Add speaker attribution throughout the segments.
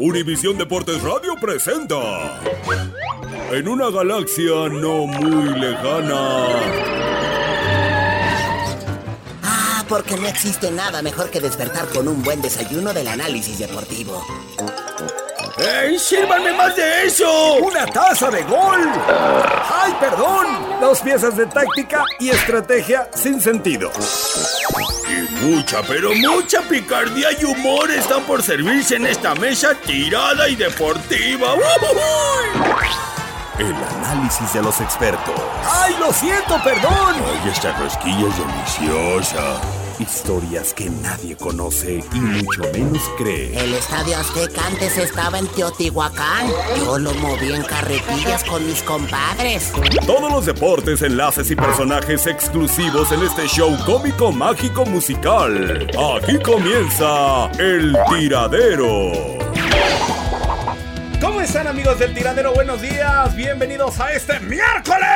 Speaker 1: Univisión Deportes Radio presenta. En una galaxia no muy lejana.
Speaker 2: Ah, porque no existe nada mejor que despertar con un buen desayuno del análisis deportivo.
Speaker 1: ¡Ey, sírvanme más de eso! ¡Una taza de gol! ¡Ay, perdón! Dos piezas de táctica y estrategia sin sentido. Y mucha, pero mucha picardía y humor están por servirse en esta mesa tirada y deportiva. El análisis de los expertos. ¡Ay, lo siento, perdón! ¡Ay, esta rosquilla es deliciosa! Historias que nadie conoce y mucho menos cree.
Speaker 2: El estadio Azteca antes estaba en Teotihuacán. Yo lo moví en carretillas con mis compadres.
Speaker 1: Todos los deportes, enlaces y personajes exclusivos en este show cómico, mágico, musical. Aquí comienza El Tiradero. ¿Cómo están amigos del Tiradero? Buenos días, bienvenidos a este miércoles.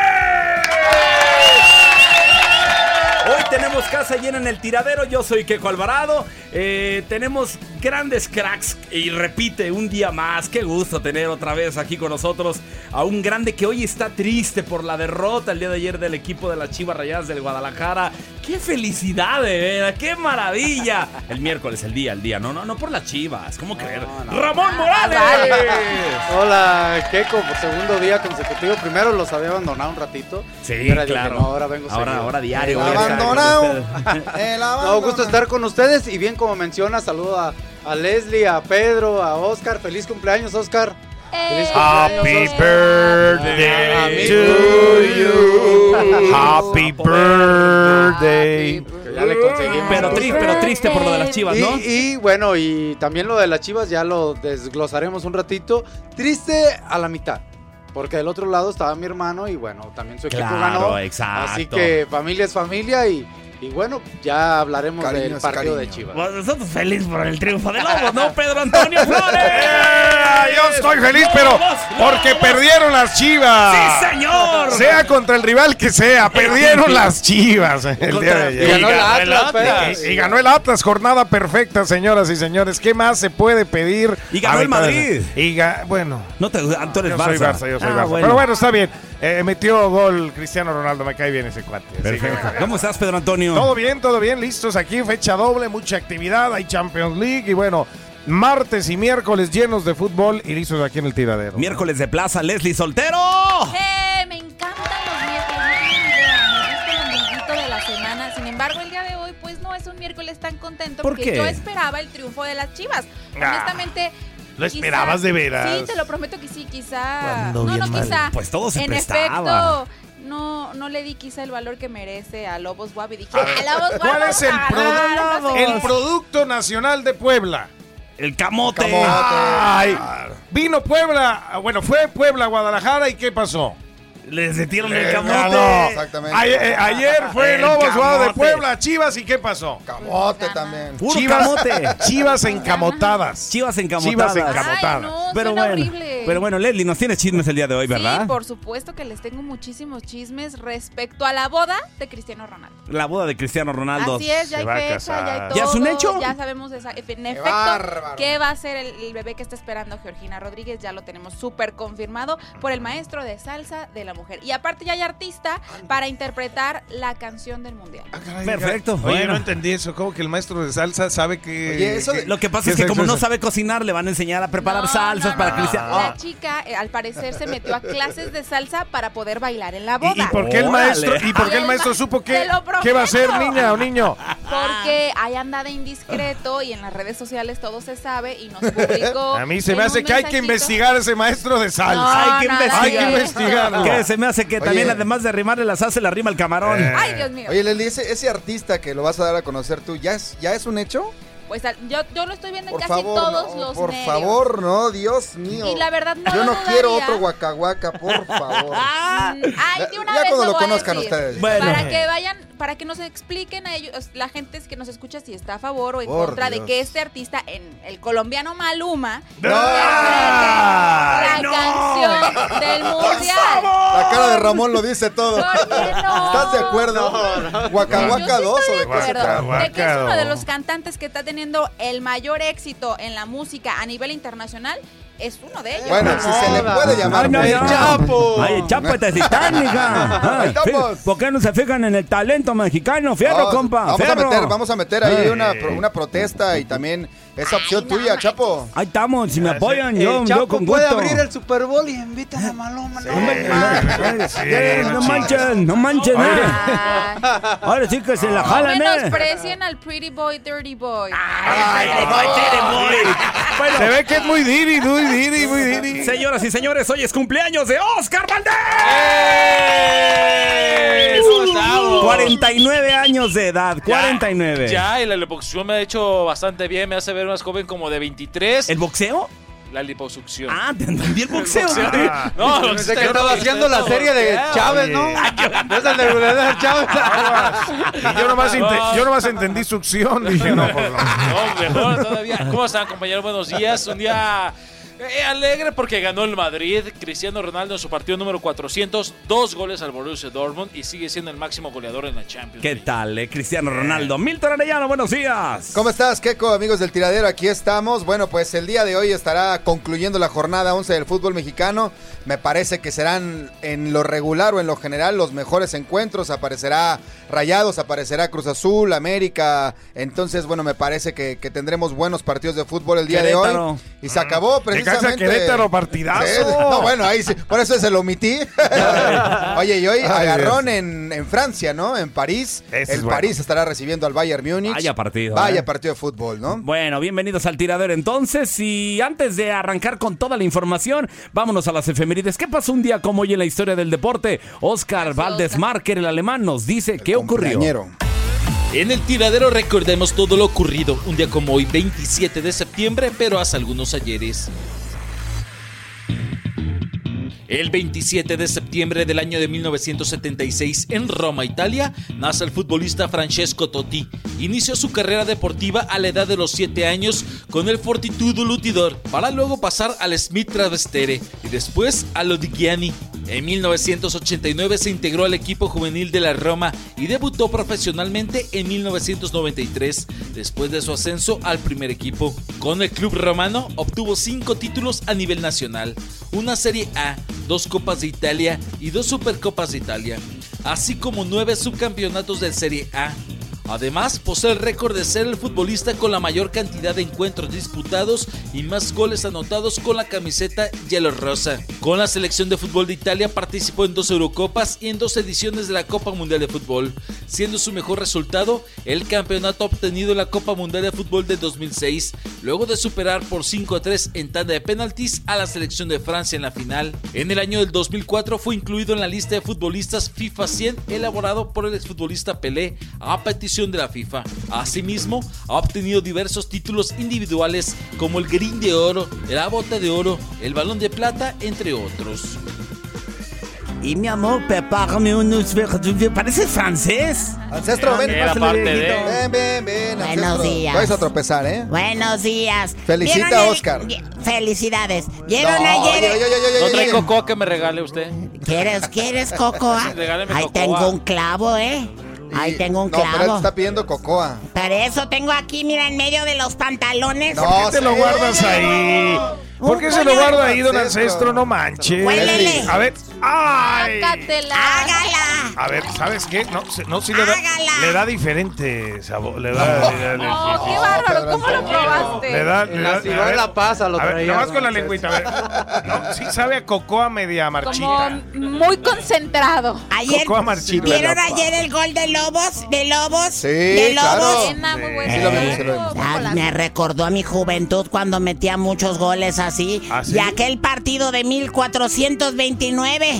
Speaker 1: Hoy tenemos casa llena en el tiradero. Yo soy Keco Alvarado. Eh, tenemos grandes cracks. Y repite, un día más. Qué gusto tener otra vez aquí con nosotros a un grande que hoy está triste por la derrota el día de ayer del equipo de las Chivas Rayadas del Guadalajara. ¡Qué felicidad de ver! ¡Qué maravilla! El miércoles, el día, el día. No, no, no por las Chivas. ¿Cómo creer? ¡Ramón Morales!
Speaker 3: Ah, Hola, Keco, por segundo día consecutivo. Primero los había abandonado un ratito.
Speaker 1: Sí,
Speaker 3: pero dije,
Speaker 1: claro.
Speaker 3: no, ahora vengo
Speaker 1: ahora,
Speaker 3: seguido.
Speaker 1: ahora diario.
Speaker 3: El
Speaker 1: voy a estar con
Speaker 3: abandonado.
Speaker 1: ustedes.
Speaker 3: No, gusto estar con ustedes y bien como menciona, saludo a, a Leslie, a Pedro, a Oscar. Feliz cumpleaños, Oscar. Feliz
Speaker 4: Happy
Speaker 3: cumpleaños, Ah,
Speaker 4: birthday
Speaker 3: amigo.
Speaker 4: to you. Happy birthday.
Speaker 3: Oscar. Que ya le conseguimos.
Speaker 1: Pero triste, pero triste por lo de las Chivas,
Speaker 3: Y,
Speaker 1: ¿no?
Speaker 3: y, bueno, y también lo de las chivas ya lo desglosaremos un ratito. Triste a la mitad, porque del otro lado estaba mi hermano y bueno, también su equipo
Speaker 1: Claro,
Speaker 3: ganó.
Speaker 1: exacto.
Speaker 3: Así que familia es familia y, y bueno, ya hablaremos del partido de chivas.
Speaker 1: Pues nosotros felices por el triunfo de Lobos, ¿no, Pedro Antonio Flores?
Speaker 4: Eh, Yo estoy feliz, pero
Speaker 1: Lobos,
Speaker 4: porque
Speaker 1: Lobos.
Speaker 4: perdieron las chivas.
Speaker 1: ¡Sí, señor!
Speaker 4: Sea contra el rival que sea, perdieron las chivas el día
Speaker 1: Contra-
Speaker 4: de ayer.
Speaker 3: Y ganó el Atlas,
Speaker 4: Y-
Speaker 1: pues.
Speaker 3: Pedro.
Speaker 4: Y ganó el Atlas, jornada perfecta, señoras y señores. ¿Qué más se puede pedir?
Speaker 1: Y ganó
Speaker 4: A
Speaker 1: el Madrid.
Speaker 4: Y ga- bueno,
Speaker 1: No te ah, tú eres
Speaker 4: yo soy
Speaker 1: Barça.
Speaker 4: Barça, yo soy
Speaker 1: Ah,
Speaker 4: Barça. Pero bueno, está bien. Eh, metió gol Cristiano Ronaldo, me cae bien ese cuate. Así que bueno.
Speaker 1: ¿Cómo estás, Pedro Antonio?
Speaker 4: Todo bien, todo bien, listos aquí, fecha doble, mucha actividad, hay Champions League y bueno, martes y miércoles llenos de fútbol y listos aquí en el tiradero.
Speaker 1: Miércoles de plaza, Leslie Soltero.
Speaker 5: ¡Eh! Me encantan los miércoles. no tienen idea, Es como el ombliguito de la semana. Sin embargo, el día de hoy, pues no es un miércoles tan contento
Speaker 1: ¿Por
Speaker 5: porque
Speaker 1: qué?
Speaker 5: yo esperaba el triunfo de las Chivas.
Speaker 4: Ah,
Speaker 5: Honestamente.
Speaker 4: ¿lo
Speaker 5: quizá-
Speaker 4: esperabas de veras?
Speaker 5: Sí, te lo prometo que sí, quizá.
Speaker 4: Ando
Speaker 5: no,
Speaker 4: bien
Speaker 5: no,
Speaker 4: mal.
Speaker 5: quizá.
Speaker 1: Pues todo se
Speaker 5: en
Speaker 1: prestaba.
Speaker 5: efecto, no, no le di quizá el valor que merece a Lobos Guap y dije,
Speaker 4: A ver,
Speaker 5: "A Lobos Guap
Speaker 4: ¿Cuál
Speaker 5: vamos
Speaker 4: es el
Speaker 5: a ganar, no
Speaker 4: producto,
Speaker 5: sé
Speaker 4: el
Speaker 5: qué".
Speaker 4: producto nacional de Puebla?
Speaker 6: El camote.
Speaker 4: Ay, vino Puebla, bueno, fue Puebla, Guadalajara y ¿qué pasó? Eh,
Speaker 6: Les metieron el camote.
Speaker 4: ganó.
Speaker 7: Exactamente.
Speaker 4: Ay- eh, ayer fue
Speaker 6: El
Speaker 4: Lobos Guado de
Speaker 6: camote.
Speaker 4: Puebla, Chivas y ¿qué pasó?
Speaker 7: Camote también.
Speaker 6: Puro camote.
Speaker 4: Chivas encamotadas.
Speaker 6: Chivas encamotadas.
Speaker 4: Chivas
Speaker 5: Ay,
Speaker 4: encamotadas.
Speaker 5: no,
Speaker 6: Pero
Speaker 5: suena
Speaker 6: bueno,
Speaker 5: horrible.
Speaker 6: pero bueno, Leslie, nos tienes chismes el día de hoy, ¿verdad?
Speaker 5: Sí, por supuesto que les tengo muchísimos chismes respecto a la boda de Cristiano Ronaldo.
Speaker 6: La boda de Cristiano Ronaldo.
Speaker 5: Así es, ya
Speaker 4: Se va a
Speaker 5: hay fecha, ya hay
Speaker 4: casar.
Speaker 5: todo.
Speaker 6: ¿Ya es un hecho?
Speaker 5: Ya sabemos esa- en efecto
Speaker 7: bárbaro!
Speaker 5: qué va a ser el, el bebé que está esperando Georgina Rodríguez. Ya lo tenemos súper confirmado por el maestro de salsa de la mujer. Y aparte ya hay artista para interpretar la canción del mundial.
Speaker 7: Ah,
Speaker 6: Perfecto.
Speaker 4: Oye,
Speaker 6: bueno.
Speaker 4: no entendí eso. ¿Cómo que el maestro de salsa sabe que.
Speaker 7: Oye, eso de-
Speaker 6: Lo que pasa es
Speaker 4: ¿Qué
Speaker 6: que como
Speaker 4: eso?
Speaker 6: no sabe cocinar, le van a enseñar a preparar
Speaker 5: No,
Speaker 6: salsas
Speaker 5: no,
Speaker 6: para
Speaker 5: no.
Speaker 6: Cristiano.
Speaker 5: La
Speaker 6: Ah,
Speaker 5: chica, eh, al parecer, se metió a clases de salsa para poder bailar en la boda.
Speaker 4: ¿Y, y por qué el
Speaker 6: Órale.
Speaker 4: maestro, ¿Y por qué el
Speaker 5: Te
Speaker 4: maestro
Speaker 5: lo
Speaker 4: supo que,
Speaker 5: prometo.
Speaker 4: qué va a ser, niña o niño?
Speaker 5: Porque
Speaker 7: Ah.
Speaker 5: ahí anda de indiscreto y en las redes sociales todo se sabe y nos publicó.
Speaker 4: A mí se
Speaker 5: en
Speaker 4: me
Speaker 5: un
Speaker 4: hace que hay que
Speaker 5: mensajito.
Speaker 4: investigar a ese maestro de salsa.
Speaker 6: hay que
Speaker 5: No, nada
Speaker 6: investigar.
Speaker 4: Hay que
Speaker 5: de eso.
Speaker 4: investigarlo.
Speaker 6: Que se me hace que también
Speaker 7: Oye. Eh.
Speaker 6: además de rimarle las hace, la rima el camarón.
Speaker 5: Ay, Dios mío.
Speaker 7: Oye, Leli, ese, ese artista que lo vas a dar a conocer tú, ¿ya es, ya es un hecho?
Speaker 5: Pues al- yo, yo lo estoy viendo en
Speaker 7: Por
Speaker 5: casi
Speaker 7: favor,
Speaker 5: todos
Speaker 7: no,
Speaker 5: los
Speaker 7: por
Speaker 5: medios.
Speaker 7: favor, no, Dios mío.
Speaker 5: Y la verdad no
Speaker 7: Yo
Speaker 5: lo
Speaker 7: no
Speaker 5: dudaría.
Speaker 7: quiero otro guacahuaca, por favor.
Speaker 5: Mm, Ay, de una
Speaker 7: Ya
Speaker 5: vez
Speaker 7: cuando lo
Speaker 5: voy a
Speaker 7: conozcan
Speaker 5: decir.
Speaker 7: ustedes.
Speaker 6: Bueno.
Speaker 5: Para que vayan, para que nos expliquen a ellos, la gente que nos escucha si está a favor o en
Speaker 7: Por
Speaker 5: contra de
Speaker 7: Dios.
Speaker 5: que este artista, en el colombiano Maluma,
Speaker 4: ¡Ah!
Speaker 5: interprete la canción del mundial.
Speaker 7: La cara de Ramón lo dice todo.
Speaker 5: ¿Por qué no?
Speaker 7: ¿Estás de acuerdo? ¿Guacahuaca
Speaker 5: Yo
Speaker 7: 2
Speaker 5: sí
Speaker 7: o
Speaker 5: estoy
Speaker 7: de
Speaker 5: de
Speaker 7: qué se
Speaker 5: acuerdo
Speaker 7: trata?
Speaker 5: de que es uno de
Speaker 4: Guácalo.
Speaker 5: los cantantes que está teniendo el mayor éxito en la música a nivel internacional. Es uno de ellos.
Speaker 6: Ah,
Speaker 7: Bueno, si se le puede llamar.
Speaker 6: Ay, no,
Speaker 7: bello.
Speaker 6: no. Ay, el Chapo está titánica. ah. Ay,
Speaker 7: Estamos.
Speaker 6: fíjate, ¿Por qué no se fijan en el talento mexicano? Fierro,
Speaker 7: Ah,
Speaker 6: compa.
Speaker 7: Vamos a
Speaker 6: fierro. Eh,
Speaker 7: meter, vamos a meter ahí
Speaker 6: Ey.
Speaker 7: una, pro- una protesta y también esa opción tuya, Chapo. Eh,
Speaker 6: Ahí estamos, si me apoyan,
Speaker 3: El
Speaker 6: yo, yo
Speaker 3: Chapo
Speaker 6: con gusto.
Speaker 3: puede abrir el Super Bowl y invitan a Maloma. ¿no?
Speaker 6: Hombre, no, eh, no manchen, no manchen, eh.
Speaker 5: Ay,
Speaker 6: Ahora sí que se la
Speaker 5: no
Speaker 6: jalan, eh.
Speaker 5: menosprecien al Pretty Boy, Dirty Boy.
Speaker 4: Se ve que es muy diri, muy diri, muy diri.
Speaker 6: Señoras y señores, hoy es cumpleaños de Oscar Valdés. Uh. 49 años de edad, 49.
Speaker 8: Ya, y la liposucción me ha hecho bastante bien, me hace ver más joven como de 23.
Speaker 6: ¿El boxeo?
Speaker 8: La liposucción.
Speaker 6: Ah, te entendí el boxeo.
Speaker 8: No, no,
Speaker 3: Pensé que estaba haciendo la serie de Chávez, ¿no? ¿No es el de de Chávez?
Speaker 4: Y yo, nomás inte- yo nomás entendí succión. Dije, no, pues, por favor.
Speaker 8: No, mejor todavía. ¿Cómo están, compañeros? Buenos días. Un día eh, alegre porque ganó el Madrid. Cristiano Ronaldo en su partido número 400. Dos goles al Borussia Dortmund y sigue siendo el máximo goleador en la Champions
Speaker 6: ¿Qué
Speaker 8: League.
Speaker 6: tal, eh, Cristiano Ronaldo? Milton Arellano, buenos días.
Speaker 7: ¿Cómo estás, Keco, amigos del tiradero? Aquí estamos. Bueno, pues el día de hoy estará concluyendo la jornada 11 del fútbol mexicano. Me parece que serán en lo regular o en lo general los mejores encuentros. Aparecerá Rayados, aparecerá Cruz Azul, América. Entonces, bueno, me parece que, que tendremos buenos partidos de fútbol el día de
Speaker 6: Querétaro.
Speaker 7: hoy. Y se acabó
Speaker 4: Necaxa
Speaker 7: precisamente.
Speaker 4: Querétaro, partidazo.
Speaker 7: Sí, no, bueno, ahí sí. Por eso se lo omití. Oye, y hoy
Speaker 4: Ay,
Speaker 7: agarrón en, en Francia, ¿no? En París.
Speaker 4: Ese es
Speaker 7: el
Speaker 4: bueno.
Speaker 7: París estará recibiendo al Bayern Múnich.
Speaker 6: Vaya partido,
Speaker 7: Vaya
Speaker 6: ¿eh?
Speaker 7: partido de fútbol, ¿no?
Speaker 6: Bueno, bienvenidos al tiradero entonces y antes de arrancar con toda la información, vámonos a las efemérides. ¿Qué pasó un día como hoy en la historia del deporte? Oscar Valdés Marker, el alemán, nos dice qué ocurrió.
Speaker 7: Compañero.
Speaker 8: En el tiradero recordemos todo lo ocurrido un día como hoy, 27 de septiembre, pero hace algunos ayeres. El 27 de septiembre del año de 1976 en Roma, Italia, nace el futbolista Francesco Totti. Inició su carrera deportiva a la edad de los 7 años con el Fortitudo Lutidor, para luego pasar al Smith Travestere y después al Lodigiani. En 1989 se integró al equipo juvenil de la Roma y debutó profesionalmente en 1993, después de su ascenso al primer equipo. Con el club romano obtuvo 5 títulos a nivel nacional, una Serie A, dos Copas de Italia y dos Supercopas de Italia, así como 9 subcampeonatos de Serie A. Además, posee el récord de ser el futbolista con la mayor cantidad de encuentros disputados y más goles anotados con la camiseta Yellow Rosa. Con la selección de fútbol de Italia participó en dos Eurocopas y en dos ediciones de la Copa Mundial de Fútbol, siendo su mejor resultado el campeonato obtenido en la Copa Mundial de Fútbol de 2006, luego de superar por 5 a 3 en tanda de penaltis a la selección de Francia en la final. En el año del 2004 fue incluido en la lista de futbolistas FIFA 100 elaborado por el exfutbolista Pelé a petición de la FIFA. Asimismo, ha obtenido diversos títulos individuales como el Green de Oro, la Bota de Oro, el Balón de Plata, entre otros.
Speaker 9: Y mi amor, prepárame unos verduras. ¿Pareces francés?
Speaker 4: Ah,
Speaker 7: Ancestro, ven,
Speaker 9: Era
Speaker 7: pásale,
Speaker 9: parte de-
Speaker 7: viejito. ven, ven, ven.
Speaker 10: Buenos
Speaker 7: ancestro.
Speaker 10: días.
Speaker 7: Vais a tropezar, ¿eh?
Speaker 10: Buenos días.
Speaker 7: Felicita
Speaker 10: ¿Vieron
Speaker 7: a
Speaker 10: el-
Speaker 7: Oscar.
Speaker 10: vi- Felicidades. ¿Vieron
Speaker 8: No,
Speaker 10: ayer?
Speaker 8: oye, oye, oye, ¿No trae cocoa que me regale usted?
Speaker 10: ¿Quieres, quieres cocoa?
Speaker 8: Regáleme
Speaker 10: Ahí
Speaker 8: cocoa.
Speaker 10: tengo un clavo, ¿eh? Ahí tengo un
Speaker 7: No, pero él te
Speaker 10: clavo.
Speaker 7: está pidiendo cocoa.
Speaker 10: Para eso tengo aquí, mira, en medio de los pantalones.
Speaker 4: ¿Por qué te lo guardas ahí? ¿Por qué se lo guarda ahí, don Ancestro? No manches.
Speaker 10: Huélele. Ah.
Speaker 4: A ver, ¡ay!
Speaker 5: Sácatela.
Speaker 10: Hágala.
Speaker 4: A ver, ¿sabes qué? No, se- no sí le da, le da diferente sabor. Le da. le da- le-
Speaker 5: Oh, qué bárbaro, ¿cómo lo probaste?
Speaker 4: Le da, le
Speaker 3: En
Speaker 4: da,
Speaker 3: la ciudad de La Paz lo
Speaker 4: a ver,
Speaker 3: traía,
Speaker 4: nomás con la
Speaker 3: entonces.
Speaker 4: lengüita, a ver. No, sí sabe a cocoa media
Speaker 5: Como
Speaker 4: marchita.
Speaker 5: muy concentrado.
Speaker 10: Ayer,
Speaker 4: Cocoa marchita.
Speaker 10: ¿vieron ayer el gol de Lobos? ¿De Lobos?
Speaker 7: Sí,
Speaker 10: ¿De Lobos?
Speaker 5: Nena, muy bueno.
Speaker 7: Sí, lo vimos, sí lo vimos.
Speaker 10: Ah, me recordó a mi juventud cuando metía muchos goles así.
Speaker 4: ¿Ah, sí?
Speaker 10: Y aquel partido de 1429.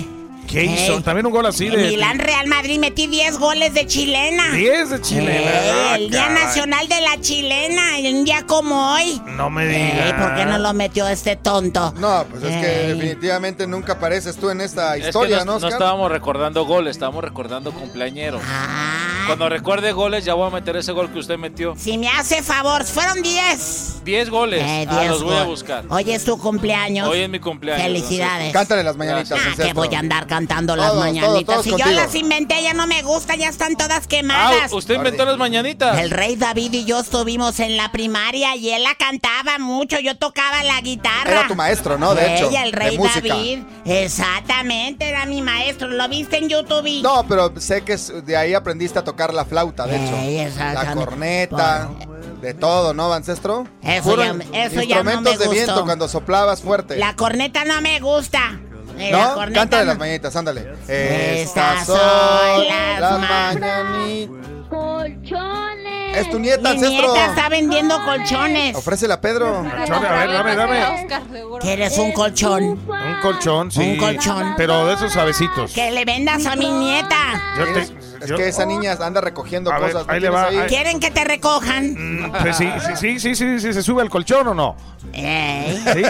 Speaker 4: ¿Qué hizo? También un gol así
Speaker 10: En
Speaker 4: de.
Speaker 10: Milán Real Madrid metí 10 goles de chilena.
Speaker 4: 10 de chilena.
Speaker 10: Eh,
Speaker 4: Ah,
Speaker 10: el Día
Speaker 4: caray.
Speaker 10: Nacional de la Chilena, en un día como hoy.
Speaker 4: No me
Speaker 10: Ey,
Speaker 4: digas.
Speaker 10: ¿Por qué no lo metió este tonto?
Speaker 7: Ah. No, pues es que
Speaker 10: Ey.
Speaker 7: definitivamente nunca apareces tú en esta
Speaker 8: Es que
Speaker 7: historia,
Speaker 8: no,
Speaker 7: ¿no,
Speaker 8: no
Speaker 7: Oscar?
Speaker 8: estábamos recordando goles, estábamos recordando cumpleañeros.
Speaker 10: Ah.
Speaker 8: Cuando recuerde goles, ya voy a meter ese gol que usted metió.
Speaker 10: Si me hace favor, fueron 10.
Speaker 8: 10 goles.
Speaker 10: Eh,
Speaker 8: Ah,
Speaker 10: 10
Speaker 8: los voy a
Speaker 10: gol-
Speaker 8: buscar.
Speaker 10: Hoy es tu cumpleaños.
Speaker 8: Hoy es mi cumpleaños.
Speaker 10: Felicidades.
Speaker 7: Cántale las mañanitas,
Speaker 10: Ah,
Speaker 7: ancestro.
Speaker 10: que voy a andar cantando las
Speaker 7: Todos, todos,
Speaker 10: mañanitas.
Speaker 7: todos
Speaker 10: si yo
Speaker 7: contigo.
Speaker 10: las inventé, ya no me gusta, ya están todas
Speaker 8: Ah,
Speaker 10: quemadas.
Speaker 8: usted inventó las mañanitas.
Speaker 10: El rey David y yo estuvimos en la primaria y él la cantaba mucho, yo tocaba la guitarra.
Speaker 7: Era tu maestro, ¿no? De hecho,
Speaker 10: Ella, el
Speaker 7: de
Speaker 10: rey
Speaker 7: música.
Speaker 10: David. Exactamente, era mi maestro. ¿Lo viste en YouTube?
Speaker 7: No, pero sé que es- de ahí aprendiste a tocar la flauta, de hecho.
Speaker 10: Ey, exactamente.
Speaker 7: La corneta, de todo, ¿no, ancestro?
Speaker 10: Eso
Speaker 7: Puro
Speaker 10: ya- eso ya no
Speaker 7: instrumentos
Speaker 10: me
Speaker 7: de viento
Speaker 10: gustó.
Speaker 7: cuando soplabas fuerte.
Speaker 10: La corneta no me gusta. Eh, la
Speaker 7: ¿No?
Speaker 10: corneta
Speaker 7: Cántale
Speaker 10: no.
Speaker 7: las mañanitas, ándale.
Speaker 10: Estas son las ma-
Speaker 7: mañanitas.
Speaker 11: Colchones.
Speaker 7: Es tu nieta,
Speaker 10: Mi
Speaker 7: ancestro.
Speaker 10: nieta está vendiendo colchones.
Speaker 7: Ofrécela a Pedro.
Speaker 4: Chorre, a ver, dame, dame.
Speaker 10: ¿Quieres un colchón?
Speaker 4: Un colchón, sí.
Speaker 10: Un colchón.
Speaker 4: Pero de esos suavecitos.
Speaker 10: Que le vendas a mi nieta.
Speaker 4: Yo te-
Speaker 7: Es
Speaker 4: yo-
Speaker 7: que esa niña anda recogiendo
Speaker 4: A ver,
Speaker 7: cosas. ¿no
Speaker 4: ahí le
Speaker 7: tienes
Speaker 4: va, ahí-
Speaker 10: ¿Quieren que te recojan?
Speaker 4: Mm, pues sí, sí, sí, sí, sí, sí, se sube al colchón o no.
Speaker 10: Ey.
Speaker 4: Sí.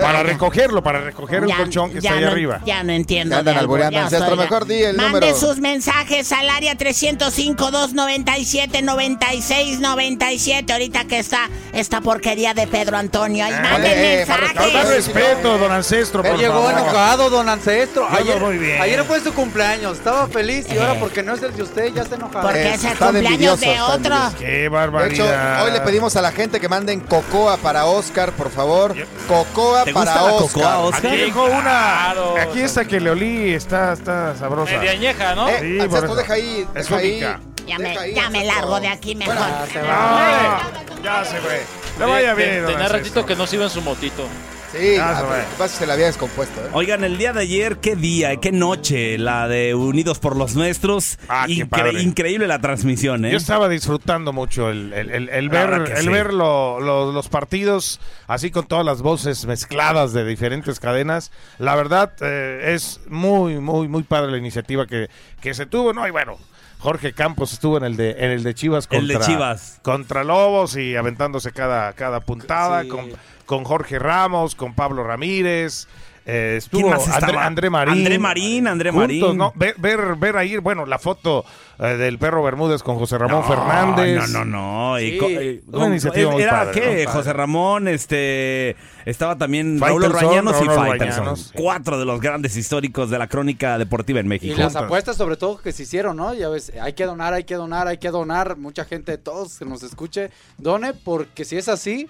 Speaker 4: Para recogerlo, para recoger el
Speaker 10: Ya-
Speaker 4: colchón que
Speaker 10: ya
Speaker 4: está ahí
Speaker 10: no-
Speaker 4: arriba.
Speaker 10: Ya no entiendo.
Speaker 7: Ya andan
Speaker 10: de
Speaker 7: albureando,
Speaker 10: albur, ya
Speaker 7: ancestro,
Speaker 10: estoy-
Speaker 7: mejor di el
Speaker 10: Mande
Speaker 7: número.
Speaker 10: sus mensajes al área 305-297-96-97. Ahorita que está esta porquería de Pedro Antonio. Ahí manden
Speaker 7: eh, para
Speaker 4: Falta
Speaker 7: respetar-
Speaker 10: mensajes.
Speaker 4: respeto, don ancestro,
Speaker 3: Él
Speaker 4: por
Speaker 3: llegó
Speaker 4: favor.
Speaker 3: enojado, don Ancestro.
Speaker 4: Yo
Speaker 3: Ayer,
Speaker 4: lo voy bien.
Speaker 3: ayer fue su cumpleaños, estaba feliz y ahora
Speaker 10: Eh.
Speaker 3: porque no es el de usted ya está enojado.
Speaker 10: Porque
Speaker 7: Eh,
Speaker 10: es el
Speaker 7: están
Speaker 10: cumpleaños de
Speaker 7: envidiosos, están
Speaker 10: otro.
Speaker 7: envidiosos.
Speaker 4: Qué
Speaker 7: De hecho,
Speaker 4: barbaridad.
Speaker 7: hoy le pedimos a la gente que manden cocoa para Oscar, por favor. Cocoa
Speaker 9: ¿Te gusta
Speaker 7: para
Speaker 9: la
Speaker 7: Oscar.
Speaker 9: cocoa, Oscar?
Speaker 4: Aquí dejó una.
Speaker 8: Claro.
Speaker 4: Aquí esta que le olí está, está sabrosa.
Speaker 8: Media añeja, ¿no?
Speaker 7: Eh,
Speaker 4: Sí,
Speaker 7: ancestro,
Speaker 4: por eso.
Speaker 7: deja ahí,
Speaker 4: Es
Speaker 7: deja ahí.
Speaker 4: única.
Speaker 10: Ya me,
Speaker 7: Deja ahí,
Speaker 10: ya me
Speaker 7: ancestro.
Speaker 10: largo de aquí mejor.
Speaker 4: Ah, ya se fue. Le vaya
Speaker 8: Te-
Speaker 4: bien, don
Speaker 8: Tenía
Speaker 4: ancestro.
Speaker 8: ratito que no se iba en su motito.
Speaker 7: Sí,
Speaker 4: Ah,
Speaker 7: ah,
Speaker 4: se
Speaker 7: pero
Speaker 4: va.
Speaker 7: lo que pasa es que se la había descompuesto. ¿eh?
Speaker 9: Oigan, el día de ayer, qué día, qué noche, la de Unidos por los Nuestros.
Speaker 4: Ah, qué padre.
Speaker 9: Increíble la transmisión, ¿eh?
Speaker 4: Yo estaba disfrutando mucho el, el- el- el
Speaker 9: La verdad
Speaker 4: ver,
Speaker 9: que
Speaker 4: el
Speaker 9: sí.
Speaker 4: ver lo- lo- los partidos así con todas las voces mezcladas de diferentes cadenas. La verdad eh, es muy, muy, muy padre la iniciativa que, que se tuvo, ¿no? Y bueno. Jorge Campos estuvo en el de en el de Chivas
Speaker 9: El de
Speaker 4: contra
Speaker 9: Chivas.
Speaker 4: contra Lobos y aventándose cada cada puntada
Speaker 3: Sí.
Speaker 4: con, con Jorge Ramos, con Pablo Ramírez, eh, estuvo
Speaker 9: ¿Quién más
Speaker 4: André,
Speaker 9: estaba?
Speaker 4: André Marín.
Speaker 9: André Marín, André
Speaker 4: Juntos,
Speaker 9: Marín.
Speaker 4: ¿no? Ver, ver, ver ahí, bueno, la foto eh, del perro Bermúdez con José Ramón Fernández.
Speaker 9: No, no, no. y
Speaker 3: Sí.
Speaker 9: co- eh,
Speaker 4: Una
Speaker 9: con-
Speaker 4: iniciativa muy
Speaker 9: era
Speaker 4: padre,
Speaker 9: qué,
Speaker 4: ¿no? Padre.
Speaker 9: José Ramón, este estaba también
Speaker 4: Faitelson,
Speaker 9: Raúl Rañanos y
Speaker 4: Raúl
Speaker 9: Faitelson.
Speaker 4: Orbañanos, sí.
Speaker 9: Cuatro de los grandes históricos de la crónica deportiva en
Speaker 3: Y
Speaker 9: México.
Speaker 3: las apuestas sobre todo que se hicieron, ¿no? Ya ves, hay que donar, hay que donar, hay que donar. Mucha gente, todos que nos escuche, done porque si es así,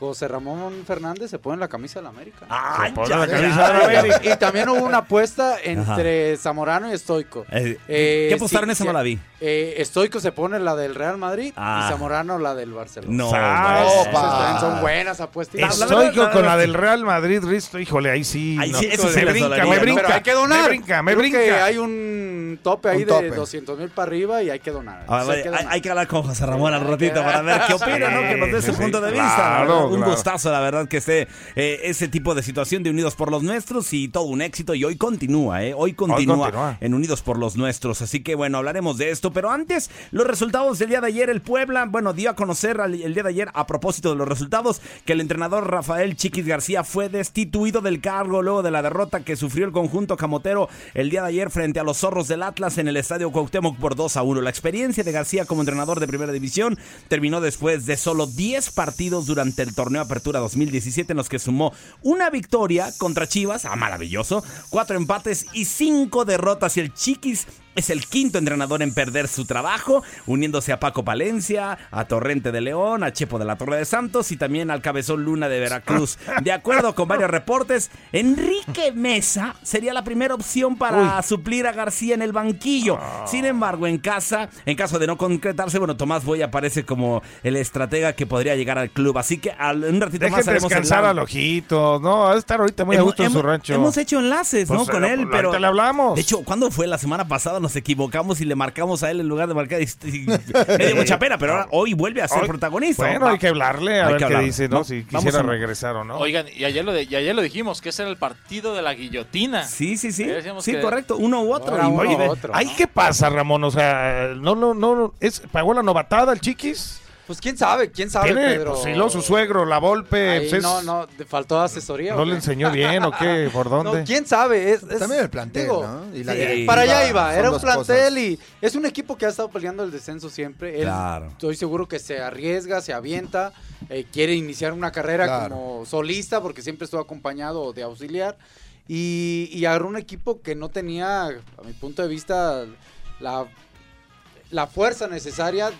Speaker 3: José Ramón Fernández se pone la camisa de la América.
Speaker 12: Ah,
Speaker 9: Se pone ya, la camisa de la América.
Speaker 3: Y también hubo una apuesta entre Zamorano y Estoico.
Speaker 6: Eh,
Speaker 3: Eh,
Speaker 6: ¿Qué apostaron
Speaker 3: sí,
Speaker 6: esa
Speaker 3: sí,
Speaker 6: no la vi?
Speaker 3: eh, Estoico se pone la del Real Madrid
Speaker 6: Ah.
Speaker 3: y Zamorano la del Barcelona.
Speaker 6: No,
Speaker 3: Esas
Speaker 6: bueno.
Speaker 3: también son buenas apuestas.
Speaker 4: Estoy con, con la del Real Madrid, Risto. Híjole, ahí sí.
Speaker 3: Ahí
Speaker 4: no.
Speaker 3: sí, eso sí
Speaker 4: me
Speaker 3: las
Speaker 4: brinca, me
Speaker 3: dolería, ¿no?
Speaker 4: brinca.
Speaker 3: Pero hay que donar.
Speaker 4: Me brinca, me
Speaker 3: Creo
Speaker 4: brinca.
Speaker 3: que hay un tope ahí
Speaker 4: Un
Speaker 3: de
Speaker 4: tope. Ah,
Speaker 3: 200 mil para arriba y hay que donar.
Speaker 6: A
Speaker 3: Sí,
Speaker 6: ver,
Speaker 3: hay que
Speaker 6: hay,
Speaker 3: donar.
Speaker 6: hay que hablar con José Ramón al ratito para ver qué opina, ¿no? Que nos dé su
Speaker 3: Sí, sí,
Speaker 6: punto de
Speaker 3: sí.
Speaker 6: vista. la
Speaker 3: Claro,
Speaker 6: verdad. un
Speaker 3: claro.
Speaker 6: gustazo, la verdad, que esté eh, ese tipo de situación de Unidos por los Nuestros y todo un éxito. Y hoy continúa, ¿eh? Hoy continúa,
Speaker 4: continúa.
Speaker 6: en Unidos por los Nuestros. Así que, bueno, hablaremos de esto. Pero antes, los resultados del día de ayer. El Puebla, bueno, dio a conocer al- el día de ayer, a propósito de los resultados, que el entrenador Rafael Chiquis García fue destituido del cargo luego de la derrota que sufrió el conjunto camotero el día de ayer frente a los zorros del Atlas en el estadio Cuauhtémoc por 2 a 1. La experiencia de García como entrenador de primera división terminó después de solo 10 partidos durante el torneo Apertura 2017 en los que sumó una victoria contra Chivas, ah, maravilloso, cuatro empates y cinco derrotas. Y el Chiquis es el quinto entrenador en perder su trabajo, uniéndose a Paco Palencia, a Torrente de León, a Chepo de la Torre de Santos y también al Cabezón Luna de Veracruz. De acuerdo con varios reportes, Enrique Mesa sería la primera opción para suplir a García en el banquillo.
Speaker 4: Ah.
Speaker 6: Sin embargo, en casa, en caso de no concretarse, bueno, Tomás Boy aparece como el estratega que podría llegar al club. Así que al, en un ratito más
Speaker 4: Dejen
Speaker 6: haremos el
Speaker 4: descansar
Speaker 6: live.
Speaker 4: al ojito. No, va a estar ahorita muy a
Speaker 6: Hemos-
Speaker 4: gusto en su
Speaker 6: hemos-
Speaker 4: rancho.
Speaker 6: Hemos hecho enlaces,
Speaker 4: Pues,
Speaker 6: ¿no? Con
Speaker 4: eh,
Speaker 6: él,
Speaker 4: ahorita
Speaker 6: pero.
Speaker 4: le hablamos.
Speaker 6: De hecho, ¿cuándo fue? La semana pasada nos equivocamos y le marcamos a él en lugar de marcar. y- y- me dio mucha pena, pero ahora hoy vuelve a ser
Speaker 4: Ah. Hoy-
Speaker 6: protagonista.
Speaker 4: Bueno, hay que hablarle a
Speaker 6: Hay
Speaker 4: ver
Speaker 6: que
Speaker 4: qué
Speaker 6: hablar.
Speaker 4: dice, ¿no?
Speaker 6: Va-
Speaker 4: Si
Speaker 6: vamos
Speaker 4: quisiera
Speaker 6: a-
Speaker 4: regresar o no.
Speaker 8: Oigan, y ayer, lo de- y ayer lo dijimos, que ese era el partido de la guillotina.
Speaker 6: Sí, sí, sí.
Speaker 8: Ayer decíamos
Speaker 6: Sí,
Speaker 8: que-
Speaker 6: correcto. Uno u otro. Y
Speaker 4: Oye,
Speaker 6: oye,
Speaker 4: ¿ahí qué pasa, Ramón? O sea, no, no, no, es, ¿pagó la novatada el chiquis?
Speaker 3: Pues quién sabe, quién sabe,
Speaker 4: Tiene,
Speaker 3: Pedro.
Speaker 4: pues, sí, lo- su suegro, la Volpe,
Speaker 3: Ahí
Speaker 4: pues, es-
Speaker 3: No, no, te faltó asesoría.
Speaker 4: ¿No
Speaker 3: ¿o
Speaker 4: le
Speaker 3: qué?
Speaker 4: enseñó bien o qué? ¿Por dónde?
Speaker 3: No, quién sabe. Es,
Speaker 7: Pues También
Speaker 3: el plantel,
Speaker 7: ¿no? Y la directiva,
Speaker 3: para allá iba.
Speaker 7: son
Speaker 3: Era un
Speaker 7: dos
Speaker 3: plantel
Speaker 7: cosas.
Speaker 3: y es un equipo que ha estado peleando el descenso siempre. Él,
Speaker 6: Claro.
Speaker 3: Estoy seguro que se arriesga, se avienta, eh, quiere iniciar una carrera
Speaker 7: Claro.
Speaker 3: como solista porque siempre estuvo acompañado de auxiliar y, y agarró un equipo que no tenía, a mi punto de vista, la la fuerza necesaria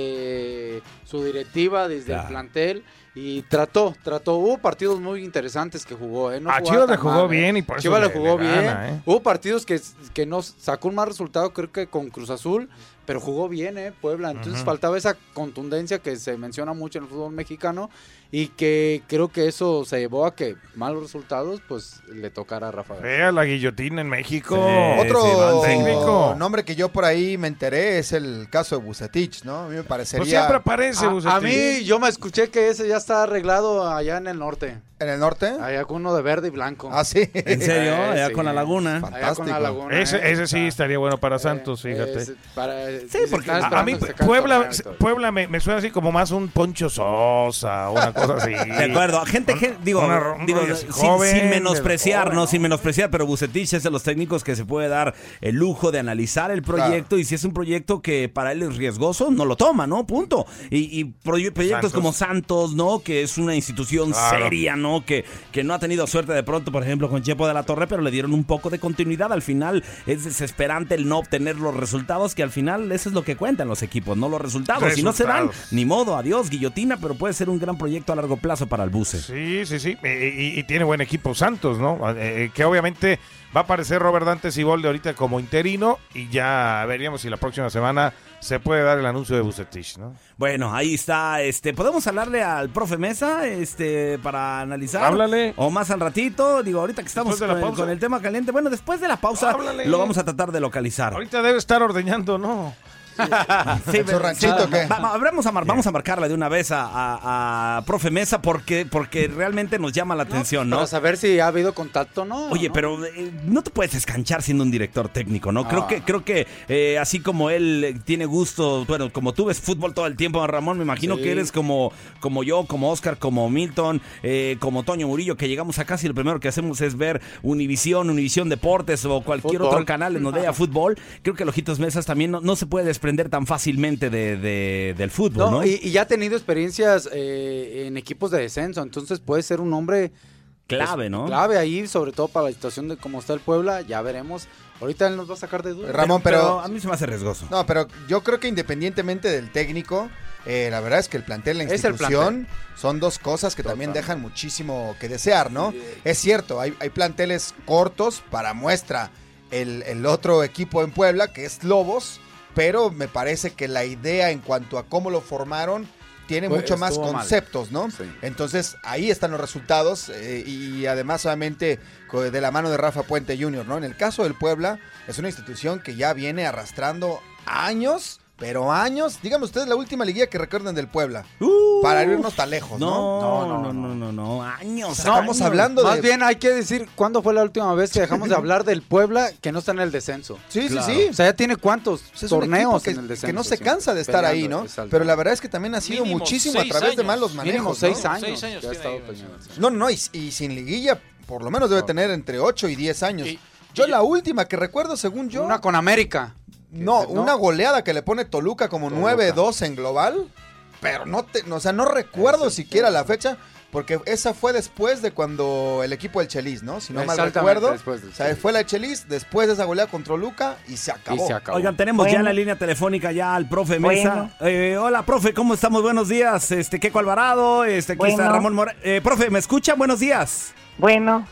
Speaker 3: desde su directiva, desde
Speaker 4: Claro.
Speaker 3: el plantel. Y trató, trató. Hubo partidos muy interesantes que jugó. ¿eh? No
Speaker 4: A
Speaker 3: jugaba
Speaker 4: Ah, Chivas le
Speaker 3: tan
Speaker 4: jugó
Speaker 3: mal, ¿eh?
Speaker 4: bien y por eso
Speaker 3: Chivas
Speaker 4: le-
Speaker 3: le jugó
Speaker 4: le
Speaker 3: bien.
Speaker 4: gana, ¿eh?
Speaker 3: Hubo partidos que, que no sacó un mal resultado, creo que con Cruz Azul, pero jugó bien, ¿eh? Puebla. Entonces
Speaker 4: Ujú.
Speaker 3: faltaba esa contundencia que se menciona mucho en el fútbol mexicano y que creo que eso se llevó a que malos resultados, pues le tocara a Rafa. García.
Speaker 4: Vea la guillotina en México.
Speaker 7: Otro
Speaker 4: técnico.
Speaker 7: nombre que yo por ahí me enteré es el caso de Bucetich, ¿no? A mí me
Speaker 4: Pues
Speaker 7: parecería...
Speaker 3: A- A, mí, yo me escuché que ese ya está arreglado allá en el norte.
Speaker 7: ¿En el norte?
Speaker 3: Allá con uno de verde y blanco.
Speaker 7: ¿Ah, sí?
Speaker 6: ¿En serio?
Speaker 3: Eh,
Speaker 6: Allá
Speaker 3: sí.
Speaker 6: con la laguna.
Speaker 3: Allá con la laguna.
Speaker 4: Ese,
Speaker 3: eh.
Speaker 4: ese sí estaría bueno para Santos, fíjate.
Speaker 3: Ese para-
Speaker 6: Sí, porque
Speaker 4: A-
Speaker 3: están
Speaker 4: A, mí
Speaker 3: esperando que se acabe el
Speaker 4: Puebla,
Speaker 3: torneo y todo.
Speaker 4: Puebla me, me suena así como más un Poncho Sosa, una cosa así.
Speaker 6: De acuerdo, gente, gen- digo,
Speaker 4: una ro-
Speaker 6: digo,
Speaker 4: rollo así,
Speaker 6: sin,
Speaker 4: joven,
Speaker 6: sin menospreciar,
Speaker 4: joven,
Speaker 6: ¿no? Sin menospreciar, pero Bucetich es de los técnicos que se puede dar el lujo de analizar el proyecto y si es un proyecto que para él es riesgoso, no lo toma, ¿no? Punto. Y, y proye- proyectos
Speaker 8: Santos.
Speaker 6: como Santos, ¿no? Que es una institución
Speaker 8: Claro.
Speaker 6: seria, ¿no? Que, que no ha tenido suerte de pronto, por ejemplo, con Chepo de la Torre, pero le dieron un poco de continuidad. Al final es desesperante el no obtener los resultados, que al final eso es lo que cuentan los equipos, no los resultados. Si no se dan,
Speaker 4: Resultados.
Speaker 6: ni modo, adiós, guillotina, pero puede ser un gran proyecto a largo plazo para el buce.
Speaker 4: Sí, sí, sí. Eh, Y, y tiene buen equipo Santos, ¿no? Eh, eh, que obviamente va a aparecer Robert Dante Siboldi ahorita como interino y ya veríamos si la próxima semana se puede dar el anuncio de Bucetich, ¿no?
Speaker 6: Bueno, ahí está. Este, podemos hablarle al profe Mesa, este, para analizar.
Speaker 4: Háblale.
Speaker 6: O más al ratito, digo, ahorita que estamos
Speaker 4: Después de la
Speaker 6: con,
Speaker 4: pausa.
Speaker 6: con el tema caliente. Bueno, después de la pausa
Speaker 4: Háblale.
Speaker 6: lo vamos a tratar de localizar.
Speaker 4: Ahorita debe estar ordeñando, ¿no?
Speaker 6: Sí,
Speaker 4: ¿Su ranchito
Speaker 6: va-
Speaker 4: o qué?
Speaker 6: va- va- vamos, a mar- vamos a marcarle de una vez a, a- a profe Mesa porque, porque realmente nos llama la atención, ¿no?
Speaker 3: Para saber si ha habido contacto o no.
Speaker 6: Oye, pero eh, no te puedes escanchar siendo un director técnico, ¿no?
Speaker 7: Ah.
Speaker 6: Creo que, creo que eh, así como él eh, tiene gusto, bueno, como tú ves fútbol todo el tiempo, Ramón, me imagino
Speaker 3: Sí.
Speaker 6: que eres como, como yo, como Oscar, como Milton, eh, como Toño Murillo, que llegamos acá y lo primero que hacemos es ver Univisión, Univisión Deportes o cualquier
Speaker 3: Fútbol.
Speaker 6: otro canal en donde haya fútbol. Creo que el Ojitos Mesas también no, no se puede desprender tan fácilmente de- de- del fútbol, Pues ¿no?
Speaker 3: No, Y, y ya ha tenido experiencias eh, en equipos de descenso, entonces puede ser un hombre
Speaker 6: Clave,
Speaker 3: pues,
Speaker 6: ¿no?
Speaker 3: Clave ahí, sobre todo para la situación de cómo está el Puebla, ya veremos. Ahorita él nos va a sacar de dudas.
Speaker 7: Ramón, pero- Pero
Speaker 6: a mí se me hace riesgoso.
Speaker 7: No, pero yo creo que independientemente del técnico, eh, la verdad es que el plantel, la
Speaker 3: Es el
Speaker 7: institución, son dos cosas que también dejan muchísimo que desear, ¿no?
Speaker 3: eh.
Speaker 7: Es cierto, hay, hay planteles cortos para muestra el, el otro equipo en Puebla, que es Lobos, pero me parece que la idea en cuanto a cómo lo formaron tiene
Speaker 3: Fue-
Speaker 7: mucho más
Speaker 3: estuvo mal.
Speaker 7: conceptos, ¿no? Entonces ahí están los resultados eh, y además obviamente co- de la mano de Rafa Puente Jr., ¿no? En el caso del Puebla es una institución que ya viene arrastrando años, pero años. Díganme ustedes la última liguilla que recuerden del Puebla. para irnos tan lejos, ¿no?
Speaker 3: Uh, No,
Speaker 7: no, no,
Speaker 6: no, no. Años.
Speaker 7: pues, Estamos hablando
Speaker 3: Más
Speaker 7: de...
Speaker 3: bien hay que decir cuándo fue la última vez que dejamos de hablar del Puebla que no está en el descenso.
Speaker 7: Sí, sí, sí.
Speaker 3: O sea, ya tiene cuántos
Speaker 7: Pues es un
Speaker 3: torneos
Speaker 7: equipo que,
Speaker 3: en el descenso.
Speaker 7: que no se
Speaker 3: sí.
Speaker 7: cansa de estar ahí,
Speaker 3: Peleando,
Speaker 7: ¿no?
Speaker 3: exacto.
Speaker 7: Pero la verdad es que también ha sido
Speaker 3: Mínimo
Speaker 7: muchísimo a
Speaker 3: seis
Speaker 7: tánimo través de
Speaker 3: años.
Speaker 7: malos manejos.
Speaker 3: Mínimo seis
Speaker 7: ¿no?
Speaker 3: años. Seis años Ya ha tiene estado ahí, peleando.
Speaker 7: No, no, no, y, y sin liguilla, por lo menos debe tener entre 8 y 10 años. yo la última que recuerdo, según yo... Una
Speaker 3: con América.
Speaker 7: No,
Speaker 3: ¿no?
Speaker 7: una goleada que le pone Toluca como 9-2 en global, pero no te, no, o sea, no recuerdo siquiera la fecha, porque esa fue después de cuando el equipo del Chelis, ¿no? Si no mal
Speaker 3: Exactamente,
Speaker 7: recuerdo,
Speaker 3: después del
Speaker 7: o sea, fue la Chelis, después de esa goleada contra Toluca y se acabó.
Speaker 6: Oigan, tenemos ya en la línea telefónica ya al profe
Speaker 7: Bueno.
Speaker 6: Mesa. Eh, hola, profe, ¿cómo estamos? Buenos días. Este, Keco Alvarado, este, aquí está
Speaker 13: Bueno.
Speaker 6: Ramón Moreno. profe, ¿me escucha? Buenos días.
Speaker 13: Bueno.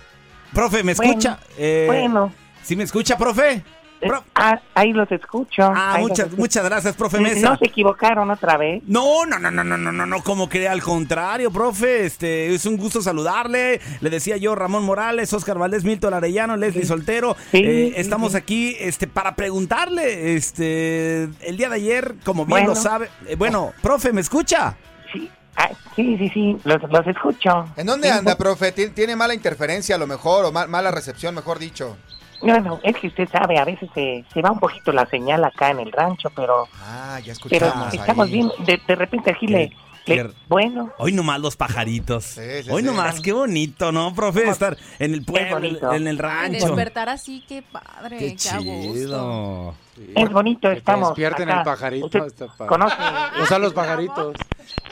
Speaker 6: Profe, ¿me
Speaker 13: Bueno.
Speaker 6: escucha? Eh,
Speaker 13: Bueno.
Speaker 6: ¿Sí me escucha, profe? Prof-
Speaker 13: Ah, ahí los escucho.
Speaker 6: Ah,
Speaker 13: ahí los
Speaker 6: muchas,
Speaker 13: escucho.
Speaker 6: muchas gracias, profe
Speaker 13: N-
Speaker 6: Mesa.
Speaker 13: No se equivocaron otra vez.
Speaker 6: No, no, no, no, no, no, no, no, como que al contrario, profe, este, es un gusto saludarle. Le decía yo, Ramón Morales, Oscar Valdés, Milton Arellano, Leslie Soltero. Eh, estamos aquí, este, para preguntarle, este, el día de ayer, como bien
Speaker 13: Bueno.
Speaker 6: lo sabe. eh, bueno, profe, ¿me escucha?
Speaker 13: Sí, Ah, sí, sí, sí, los, escucho.
Speaker 7: ¿En dónde anda, profe? ¿Tiene, tiene mala interferencia a lo mejor o ma- mala recepción, mejor dicho?
Speaker 13: No, no, es que usted sabe, a veces se, se va un poquito la señal acá en el rancho, pero,
Speaker 7: Ah, ya
Speaker 13: pero
Speaker 7: escuchamos
Speaker 13: estamos
Speaker 7: ahí.
Speaker 13: bien. De, de repente aquí le, le-
Speaker 6: qué-
Speaker 13: Bueno,
Speaker 6: Hoy nomás los pajaritos.
Speaker 7: sí,
Speaker 6: Hoy
Speaker 7: sí.
Speaker 6: nomás, qué bonito, ¿no, profe? Estar en el pueblo,
Speaker 13: bonito.
Speaker 6: en el
Speaker 5: Ay,
Speaker 6: rancho.
Speaker 5: despertar así, qué padre, qué,
Speaker 6: Qué
Speaker 5: a gusto.
Speaker 6: chido.
Speaker 13: es bonito,
Speaker 3: Que te
Speaker 13: estamos.
Speaker 3: despierten
Speaker 13: acá.
Speaker 3: el pajarito,
Speaker 13: Usted
Speaker 3: está padre.
Speaker 13: conoce.
Speaker 3: O sea, los pajaritos.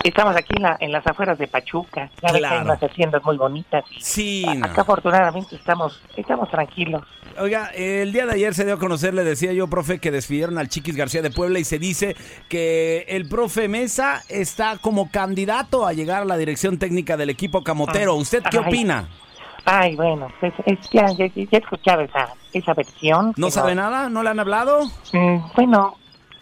Speaker 13: Estamos aquí en, la- en las afueras de Pachuca. Ya ven que hay
Speaker 6: Claro.
Speaker 13: unas haciendas muy bonitas.
Speaker 6: Sí,
Speaker 13: A-
Speaker 6: no.
Speaker 13: Acá afortunadamente estamos, estamos tranquilos.
Speaker 6: Oiga, eh, el día de ayer se dio a conocer, le decía yo, profe, que despidieron al Chiquis García de Puebla y se dice que el profe Mesa está como candidato a llegar a la dirección técnica del equipo camotero.
Speaker 13: Ah.
Speaker 6: ¿Usted qué
Speaker 13: Ay.
Speaker 6: opina?
Speaker 13: Ay, bueno, pues, es- ya, ya- ya he escuchado esa, esa versión.
Speaker 6: ¿No
Speaker 13: pero-
Speaker 6: sabe nada? ¿No le han hablado?
Speaker 13: Mm, bueno,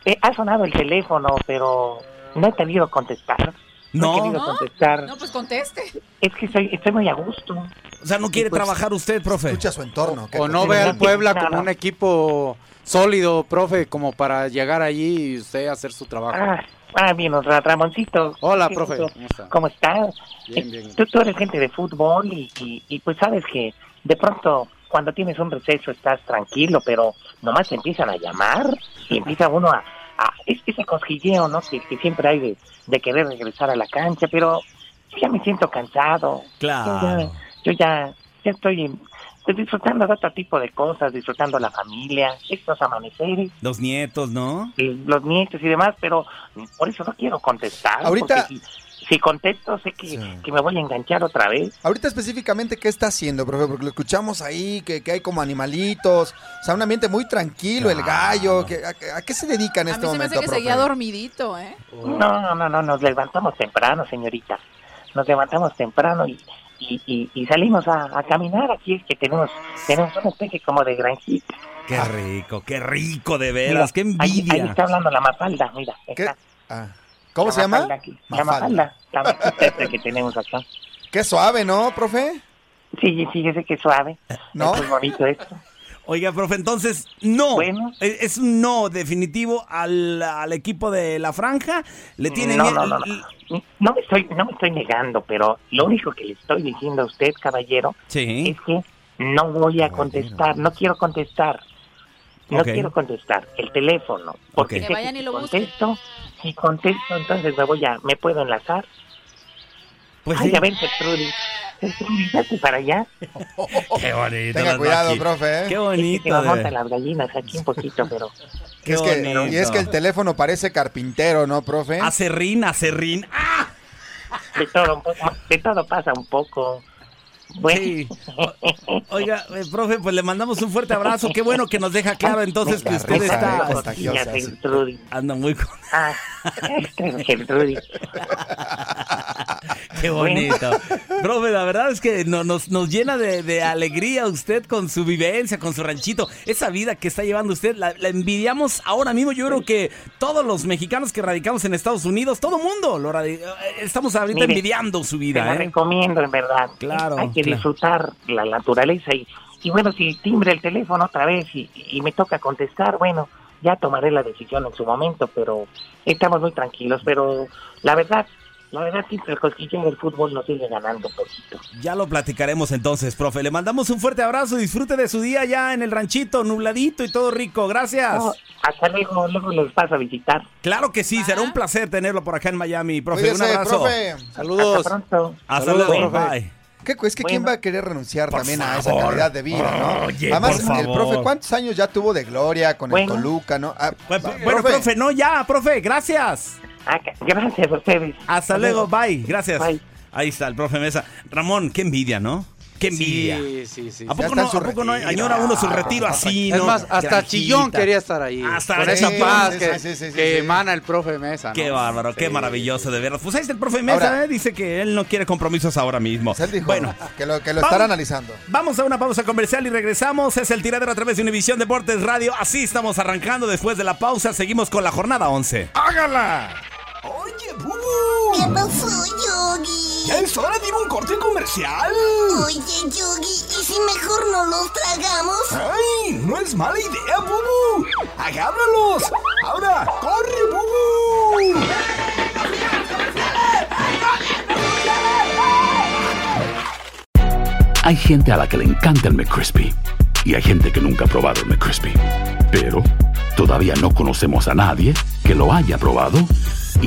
Speaker 13: eh, ha sonado el teléfono, pero no he tenido contestar. No. he querido
Speaker 5: ¿No?
Speaker 13: contestar.
Speaker 5: No, pues conteste.
Speaker 13: Es que estoy, estoy muy a gusto.
Speaker 6: O sea, no quiere
Speaker 13: Pues,
Speaker 6: trabajar usted, profe.
Speaker 7: Escucha su entorno.
Speaker 3: O no ve al Puebla como
Speaker 13: Nada.
Speaker 3: un equipo sólido, profe, como para llegar allí y usted hacer su trabajo.
Speaker 13: Ah, ah, bien, Ra- Ramoncito.
Speaker 3: Hola,
Speaker 13: Qué
Speaker 3: Ah, profe,
Speaker 13: gusto.
Speaker 3: ¿cómo está?
Speaker 13: ¿Cómo estás?
Speaker 3: Bien,
Speaker 13: Eh,
Speaker 3: bien.
Speaker 13: Tú, tú eres gente de fútbol y, y- y, pues sabes que de pronto cuando tienes un receso estás tranquilo, pero nomás te empiezan a llamar y empieza uno a... a- es ese cosquilleo, ¿no? Que, que siempre hay de, de querer regresar a la cancha, pero yo ya me siento cansado.
Speaker 6: Claro.
Speaker 13: Yo ya, yo ya, ya estoy estoy disfrutando de otro tipo de cosas, disfrutando la familia, estos amaneceres
Speaker 6: Los nietos, ¿no?
Speaker 13: los nietos y demás, pero por eso no quiero contestar.
Speaker 7: Ahorita-
Speaker 13: porque Si, si contesto, sé que, que me voy a enganchar otra vez.
Speaker 7: Ahorita específicamente, ¿qué está haciendo, profe? Porque lo escuchamos ahí, que, que hay como animalitos, o sea, un ambiente muy tranquilo, el gallo. que- a, a qué se dedica en
Speaker 5: A mí
Speaker 7: este
Speaker 5: se me hace
Speaker 7: momento,
Speaker 5: que
Speaker 7: profe?
Speaker 5: seguía dormidito, ¿eh?
Speaker 13: No, no, no, nos levantamos temprano, señorita. Nos levantamos temprano y, y, y- y salimos a, a caminar. Aquí es que tenemos, tenemos una especie como de granjita.
Speaker 6: Qué rico, qué rico, de
Speaker 13: Mira,
Speaker 6: veras, qué
Speaker 13: ahí-
Speaker 6: envidia.
Speaker 13: Ahí, está hablando la mafalda, mira. está.
Speaker 7: ¿Cómo
Speaker 13: La
Speaker 7: se llama?
Speaker 13: Mafalda aquí, La
Speaker 7: Mafalda.
Speaker 13: mafalda, la mafalda esta que tenemos acá.
Speaker 7: Qué suave, ¿no, profe?
Speaker 13: Sí, fíjese que suave.
Speaker 7: ¿No?
Speaker 13: Es muy bonito ¿eh? esto.
Speaker 6: Oiga, profe, entonces, no. Es es un no definitivo al, al equipo de la franja. Le tiene
Speaker 13: no,
Speaker 6: mie-
Speaker 13: no, no, no. No me estoy, no me estoy negando, pero lo único que le estoy diciendo a usted, caballero, es que no voy a contestar, no quiero contestar, no
Speaker 6: Ok.
Speaker 13: quiero contestar el teléfono, porque
Speaker 5: Ok.
Speaker 13: sé
Speaker 5: Que vayan
Speaker 13: que
Speaker 5: y
Speaker 13: si
Speaker 5: lo busquen.
Speaker 13: contesto, si contesto, entonces me voy a, me puedo enlazar.
Speaker 6: Pues
Speaker 13: Ay,
Speaker 6: sí.
Speaker 13: a ver, Petruli, Petruli, date para allá.
Speaker 6: Qué bonito.
Speaker 7: Oh, Tenga
Speaker 6: las
Speaker 7: cuidado,
Speaker 6: maqui-
Speaker 7: profe, ¿eh?
Speaker 6: Qué
Speaker 13: Es que se
Speaker 6: bonito.
Speaker 13: me
Speaker 6: de-
Speaker 13: montan las gallinas aquí un poquito, pero
Speaker 6: Qué
Speaker 7: Es que-
Speaker 6: bonito.
Speaker 7: y es que el teléfono parece carpintero, ¿no, profe?
Speaker 6: Acerrín, ¡Ah! acerrín.
Speaker 13: de todo, un poco- de todo pasa un poco. Bueno.
Speaker 6: Sí.
Speaker 13: O-
Speaker 6: Oiga, eh, profe, pues le mandamos un fuerte abrazo. Qué bueno que nos deja claro entonces que
Speaker 13: La
Speaker 6: usted
Speaker 13: risa
Speaker 6: está...
Speaker 13: de cosquillas, Gertrudis.
Speaker 6: Anda muy... con-
Speaker 13: Ah, este es Gertrudis.
Speaker 6: Qué bonito. Profe, la verdad es que no- nos, nos llena de, de alegría usted con su vivencia, con su ranchito. Esa vida que está llevando usted, la, la envidiamos ahora mismo. Yo creo que todos los mexicanos que radicamos en Estados Unidos, todo mundo, lo radi- eh, estamos ahorita
Speaker 13: Mire,
Speaker 6: envidiando su
Speaker 13: Te la
Speaker 6: vida. ¿eh?
Speaker 13: recomiendo, en verdad.
Speaker 6: Claro,
Speaker 13: Hay que
Speaker 6: claro.
Speaker 13: disfrutar la naturaleza. Y, y bueno, si timbre el teléfono otra vez y, y me toca contestar, bueno, ya tomaré la decisión en su momento, pero estamos muy tranquilos. Pero la verdad, la verdad, sí, el cosquilleo del fútbol nos sigue ganando un poquito.
Speaker 6: Ya lo platicaremos entonces, profe. Le mandamos un fuerte abrazo. Disfrute de su día ya en el ranchito, nubladito y todo rico. Gracias.
Speaker 13: No, Oh, hasta luego, luego los paso a visitar. Ah.
Speaker 6: Claro que sí, será un placer tenerlo por acá en Miami, profe. un
Speaker 7: Cuídese,
Speaker 6: abrazo.
Speaker 7: profe.
Speaker 6: Saludos.
Speaker 7: Hasta pronto.
Speaker 6: Hasta
Speaker 7: Saludos,
Speaker 6: luego,
Speaker 7: profe.
Speaker 6: bye.
Speaker 7: ¿Qué, cu- es que quién va a querer renunciar
Speaker 6: Por
Speaker 7: también a esa
Speaker 6: favor.
Speaker 7: calidad de vida, ¿no?
Speaker 6: Oye,
Speaker 7: Además,
Speaker 6: por
Speaker 7: el
Speaker 6: favor.
Speaker 7: profe, ¿cuántos años ya tuvo de gloria con
Speaker 6: Bueno.
Speaker 7: el Toluca, no? Ah,
Speaker 6: pues, Bueno, profe. no, ya, profe, gracias.
Speaker 13: Gracias a ustedes.
Speaker 6: Hasta luego, bye. Gracias.
Speaker 13: Bye.
Speaker 6: Ahí está el profe Mesa. Ramón, qué envidia, ¿no? Qué envidia.
Speaker 3: Sí, sí, sí.
Speaker 6: ¿A poco no, ¿a poco no añora uno su retiro así?
Speaker 3: Es
Speaker 6: no?
Speaker 3: más, hasta
Speaker 6: Granjita.
Speaker 3: Chillón quería estar ahí.
Speaker 6: Hasta
Speaker 3: Con esa
Speaker 6: Chillón.
Speaker 3: paz
Speaker 6: Sí,
Speaker 3: que,
Speaker 6: sí, sí, sí,
Speaker 3: que
Speaker 6: sí.
Speaker 3: emana el profe Mesa. ¿no?
Speaker 6: Qué bárbaro, qué maravilloso, de veras. Pues ahí está el profe Mesa,
Speaker 7: Ahora-
Speaker 6: ¿eh? dice que él no quiere compromisos ahora mismo. bueno,
Speaker 7: Que lo, que lo
Speaker 6: Vamos.
Speaker 7: estará analizando.
Speaker 6: Vamos a una pausa comercial y regresamos. Es el tiradero a través de Univisión Deportes Radio. Así estamos arrancando después de la pausa. Seguimos con la jornada 11.
Speaker 14: ¡Hágala! Oye, Bubu. ¿Qué pasó, Yogi? Ya es hora de ir a un corte comercial.
Speaker 11: Oye, Yogi, ¿y si mejor no los tragamos?
Speaker 14: ¡Ay! No es mala idea, Bubu. ¡Agárralos! ¡Ahora, corre, Bubu!
Speaker 12: Hay gente a la que le encanta el McCrispy y hay gente que nunca ha probado el McCrispy. Pero todavía no conocemos a nadie que lo haya probado y